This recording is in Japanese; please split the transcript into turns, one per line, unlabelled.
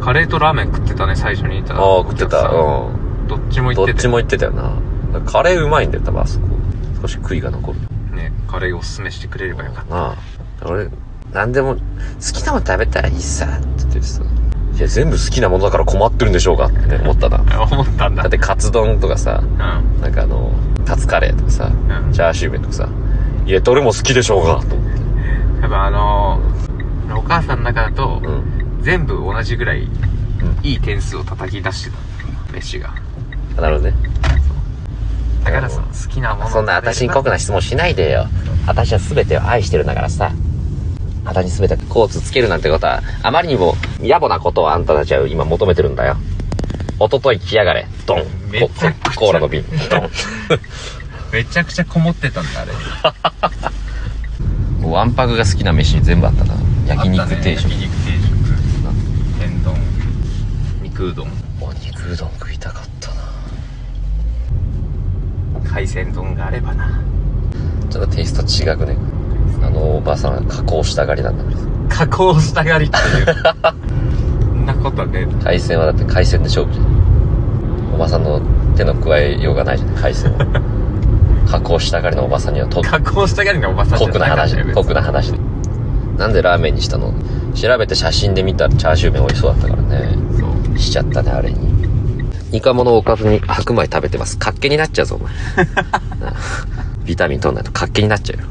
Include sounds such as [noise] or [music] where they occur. カレーとラーメン食ってたね、最初にいた。
ああ、食ってた。
お
う
客さんどっちも
ん。
行
ど
っ
って
て。
ちも言ってたよな。カレーうまいんだよ、多分あそこ。少し悔いが残る。
ね、カレーをおすすめしてくれればよかっ
なあ。俺、なんでも、好きなもの食べたらいいさ、って言ってさ。いや、全部好きなものだから困ってるんでしょうかってね思ったな。だ
た。あ思ったんだ。
って、カツ丼とかさ、
うん。
なんかあの、カツカレーとかさ、
うん。
チャーシュー麺とかさ、いや、どれも好きでしょうが、と思って。
やっぱあのーお母さんの中だと、
うん。
全部同じぐらい、いい点数を叩き出してた。飯が。
あなるほどね。
だからその好きなもの
そんな私に
こ
酷な質問しないでよ。私は全てを愛してるんだからさ。私に全てコーツつけるなんてことは、あまりにも野暮なことをあんたたちは今求めてるんだよ。おととい来やがれ。ドン。
めちゃくちゃ
ココーラの瓶。ド
めちゃくちゃこもってたんだ、あれ。
ン。ワンパクが好きな飯全部あったな。焼
あ
肉
ったね
定食。
焼肉定食。天丼。肉うどん。
お肉うどん食いたかったな。
海鮮丼があればな。
ちょっとテイスト違くね。あのおばさんは加工したがりなんだか
加
ら。
工したがりって
[laughs]
いう。そんなことはねえな。
海鮮はだって海鮮で勝負じゃん。おばさんの手の加えようがないじゃん、
[laughs]
海鮮は。加工したがりのおばさんにはと
加工したがりのおばさんじゃ
酷な
なかっ
話
たよ
で
別に
酷な話でなんでラーメンにしたの調べて写真で見たらチャーシュー麺美味しそうだったからね
そう。
しちゃったねあれに煮か物をおかずに
[laughs]
白米食べてますかっけになっちゃうぞお前なあビタミン取んないとかっけになっちゃうよ